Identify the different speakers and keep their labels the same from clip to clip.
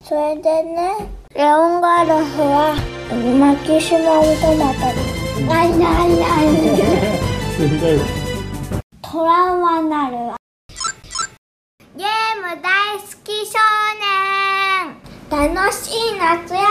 Speaker 1: それでねレオンガラフはマキシマムトマトないないない
Speaker 2: 鋭いわ
Speaker 1: トラウマになるわゲーム大好き少年楽しい夏休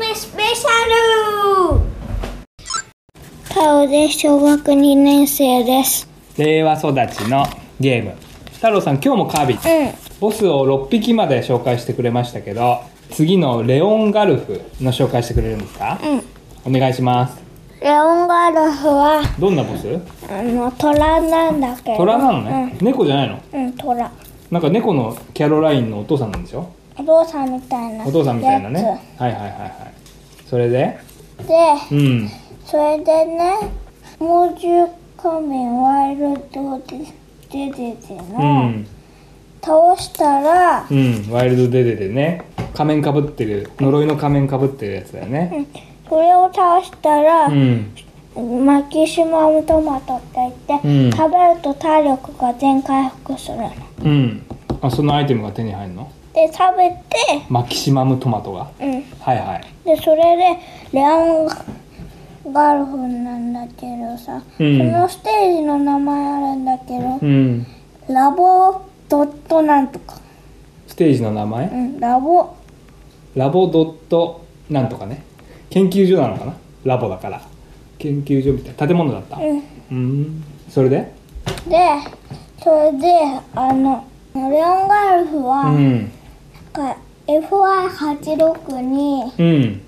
Speaker 1: みスペシャル顔で小学2年生です
Speaker 2: 令和育ちのゲーム太郎さん今日もカービィ
Speaker 1: うん
Speaker 2: ボスを6匹まで紹介してくれましたけど次のレオンガルフの紹介してくれるんですか、お願いします
Speaker 1: レオンガルフは
Speaker 2: どんなボス
Speaker 1: あのトラなんだけど
Speaker 2: 虎なのね、猫じゃないの
Speaker 1: うん、うん、トラ
Speaker 2: なんか猫のキャロラインのお父さんなんでしょ
Speaker 1: お父さんみたいな
Speaker 2: お父さんみたいなねはいはいはいはいそれで
Speaker 1: やつで
Speaker 2: うん
Speaker 1: それでね猛獣仮面ワイルドデデデデ
Speaker 2: う
Speaker 1: の、
Speaker 2: ん
Speaker 1: 倒したら
Speaker 2: うんワイルドデデでね仮面かぶってる呪いの仮面かぶってるやつだよね
Speaker 1: それを倒したら、
Speaker 2: うん
Speaker 1: マキシマムトマトって言って、
Speaker 2: うん
Speaker 1: 食べると体力が全回復するの
Speaker 2: うん、あそのアイテムが手に入るの
Speaker 1: で食べて
Speaker 2: マキシマムトマトが
Speaker 1: うん
Speaker 2: はいはい
Speaker 1: でそれでレオンガルフなんだけどさ、
Speaker 2: うん
Speaker 1: そのステージの名前あるんだけど、
Speaker 2: うん
Speaker 1: ラボドットなんとか、
Speaker 2: ステージの名前、
Speaker 1: うん、ラボ
Speaker 2: ラボドットなんとかね研究所なのかなラボだから研究所みたいな建物だった
Speaker 1: うん
Speaker 2: うんそれで
Speaker 1: でそれであのレオンガルフ
Speaker 2: う
Speaker 1: は、
Speaker 2: ん
Speaker 1: か FY86 に
Speaker 2: うん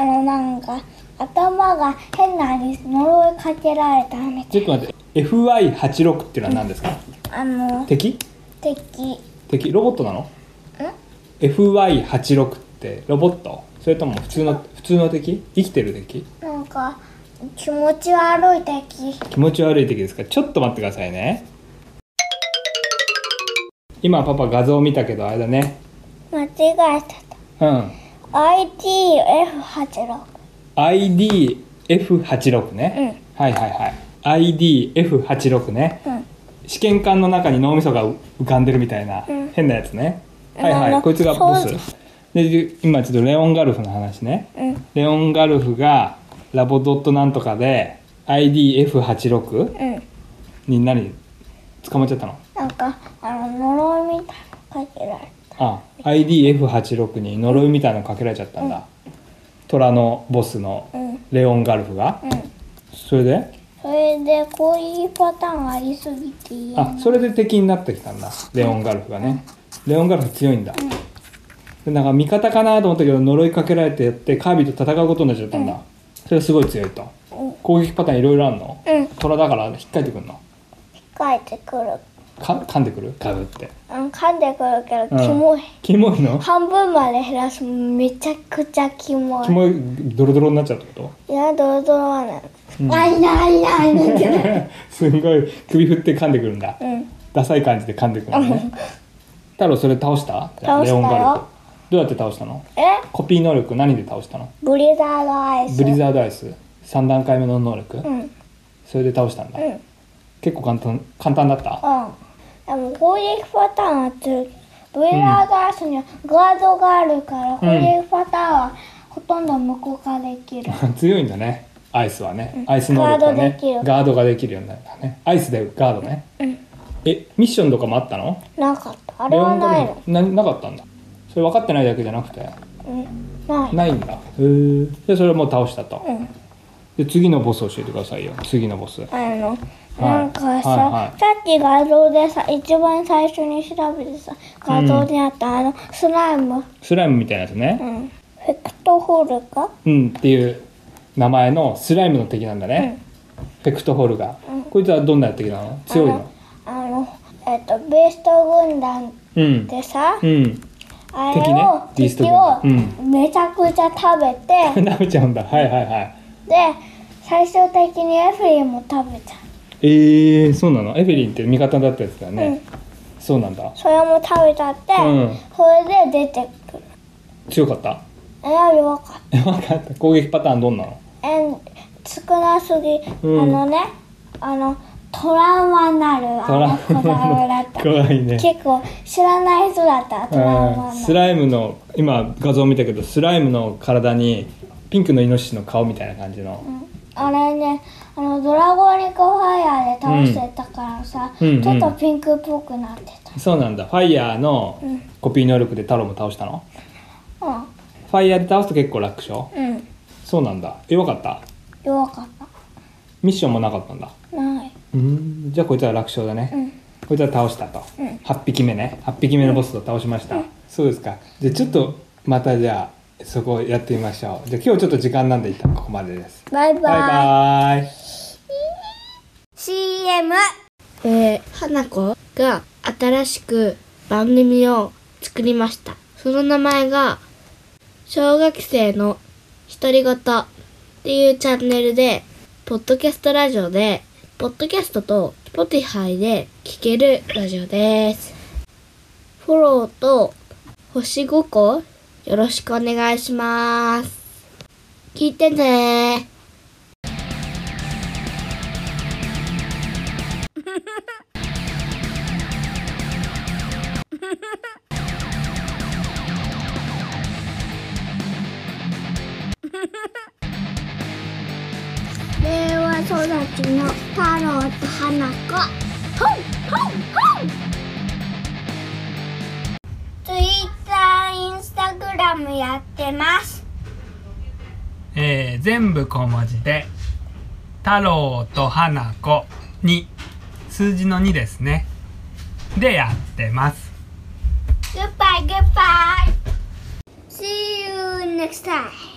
Speaker 1: あのなんか頭が変なに呪いかけられたみた
Speaker 2: ちょ
Speaker 1: い
Speaker 2: っと待って FI86 っていうのは何ですか、
Speaker 1: あの
Speaker 2: 敵
Speaker 1: 敵
Speaker 2: 敵ロボットなの FY86 ってロボットそれとも普通の普通の敵生きてる敵
Speaker 1: なんか気持ち悪い敵
Speaker 2: 気持ち悪い敵ですかちょっと待ってくださいね今パパ画像見たけどあれだね
Speaker 1: 間違えて
Speaker 2: うん
Speaker 1: た IDF86
Speaker 2: IDF86 ね、はいはいはい IDF86 ね、
Speaker 1: うん
Speaker 2: 試験管の中に脳みそが浮かんでるみたいな、
Speaker 1: ん
Speaker 2: 変なやつね
Speaker 1: うん
Speaker 2: はい
Speaker 1: あ
Speaker 2: は
Speaker 1: の
Speaker 2: いこいつがボス
Speaker 1: そう
Speaker 2: で今ちょっとレオンガルフの話ね、
Speaker 1: うん
Speaker 2: レオンガルフがラボドットなんとかで IDF86
Speaker 1: うん
Speaker 2: に何捕まっちゃったの
Speaker 1: なんかあの呪いみたいなのかけられ
Speaker 2: あ IDF86 に呪いみたいなのかけられちゃったんだ、虎のボスの
Speaker 1: たうん
Speaker 2: レオンガルフが、
Speaker 1: うん
Speaker 2: それで
Speaker 1: それでこういうパターンありすぎて嫌
Speaker 2: あ
Speaker 1: な
Speaker 2: それで敵になってきたんだレオンガルフがねレオンガルフ強いんだ、でなんか味方かなと思ったけど呪いかけられてやってカービィと戦うことになっちゃったんだ、それがすごい強いと
Speaker 1: うん
Speaker 2: 攻撃パターンいろいろあるの、
Speaker 1: うん
Speaker 2: 虎だから引っかいてくるの
Speaker 1: 控えてくる
Speaker 2: か噛んでくるかぶって
Speaker 1: うん噛んでくるけど
Speaker 2: うん
Speaker 1: キモい、
Speaker 2: キモいの
Speaker 1: 半分まで減らすめちゃくちゃキモい
Speaker 2: キモいドロドロになっちゃうってこ
Speaker 1: いやドロドロはない、ないないないみ たいな
Speaker 2: と すんごい首振って噛んでくるんだ、
Speaker 1: うん
Speaker 2: ダサい感じで噛んでくるのね太郎それ倒した
Speaker 1: たよ
Speaker 2: レオンガルフどうやって倒したの
Speaker 1: え
Speaker 2: コピー能力何で倒したの
Speaker 1: ブリザードアイス
Speaker 2: ブリザードアイス3段階目の能力、
Speaker 1: うんうん
Speaker 2: それで倒したんだ、
Speaker 1: うん
Speaker 2: 結構簡単簡単だった
Speaker 1: でも攻撃パターンは強いブリザードアイスにはガードがあるから攻撃パターンはほとんど無効化できる、
Speaker 2: 強いんだねアイスはねアイス能力
Speaker 1: ガ
Speaker 2: は
Speaker 1: ードで
Speaker 2: ね
Speaker 1: きる
Speaker 2: ガードができるようになったねアイスでガードね、えミッションとかもあったの
Speaker 1: なかったあれはないの
Speaker 2: レオンガルフななかったんだそれ分かってないだけじゃなくて
Speaker 1: うんない
Speaker 2: ないんだへえでそれはもう倒したと、
Speaker 1: うん
Speaker 2: で次のボス教えてくださいよ次のボス
Speaker 1: あの、なんかさ、
Speaker 2: はいはい
Speaker 1: さっき画像でさ、一番最初に調べてさ、画像にあった、あの、スライム、
Speaker 2: スライムみたいなやつ
Speaker 1: う
Speaker 2: ね
Speaker 1: ん、フェクトホルか
Speaker 2: うん、っていう名前のスライムの敵なんだね、フェクトホルガー、こいつはどんな敵なの強いの
Speaker 1: あの、えっ、と、ベースト軍団
Speaker 2: うん
Speaker 1: でさ、
Speaker 2: うん
Speaker 1: あ
Speaker 2: 敵
Speaker 1: れ
Speaker 2: ね
Speaker 1: を、
Speaker 2: ビースト
Speaker 1: 敵
Speaker 2: 軍
Speaker 1: を
Speaker 2: 団
Speaker 1: めちゃくちゃ食べ て、
Speaker 2: 食べちゃうんだはいはいはい
Speaker 1: で、最終的にエフリンも食べちゃう。
Speaker 2: えー、そうなのエフェリンって味方だったやつだよね、そうなんだ
Speaker 1: それも食べちゃって、
Speaker 2: うん
Speaker 1: それで出てくる。
Speaker 2: 強かった
Speaker 1: え、弱かった。
Speaker 2: 分かった攻撃パターンどんなの
Speaker 1: えん少なすぎ、
Speaker 2: うん
Speaker 1: あのねあのトラウマになる
Speaker 2: ト
Speaker 1: あ
Speaker 2: ラ
Speaker 1: の子供だった
Speaker 2: 怖いね
Speaker 1: 結構知らない人だったトラウマ
Speaker 2: うん
Speaker 1: に
Speaker 2: ス
Speaker 1: なる
Speaker 2: ライムの今画像見たけどスライムの体にピンクのイノシシの顔みたいな感じの、
Speaker 1: あれねあのドラゴニコファイヤーで倒してたからさ、
Speaker 2: うん
Speaker 1: ちょっとピンクっぽくなってた
Speaker 2: そうなんだファイヤーの
Speaker 1: うん
Speaker 2: コピー能力で太郎も倒したの
Speaker 1: うん
Speaker 2: ファイヤーで倒すと結構楽勝
Speaker 1: うん
Speaker 2: そうなんだえよかった
Speaker 1: 弱かっ
Speaker 2: ミッションもなかったんだ
Speaker 1: たない
Speaker 2: うんじゃあこいつは楽勝だね、
Speaker 1: うん
Speaker 2: こいつは倒したと、
Speaker 1: うん
Speaker 2: 8匹目ね8匹目のボスを倒しました、そうですかじゃあちょっとまたじゃあそこやってみましょうじゃあ今日ちょっと時間なんで一旦ここまでです
Speaker 1: バイバイ
Speaker 2: バイバイ
Speaker 1: CM
Speaker 3: えー、花子が新しく番組を作りました。その名前が、小学生の独り言っていうチャンネルで、ポッドキャストラジオで、ポッドキャストと Spotify で聴けるラジオです。フォローと星5個よろしくお願いします。聞いてね
Speaker 1: 令和育ちの太郎と花子ほんほんほん Twitter、Instagram やってます
Speaker 2: えー全部小文字で「太郎と花子」に数字の2ですねでやってます
Speaker 1: グッバイグッバイ See you next time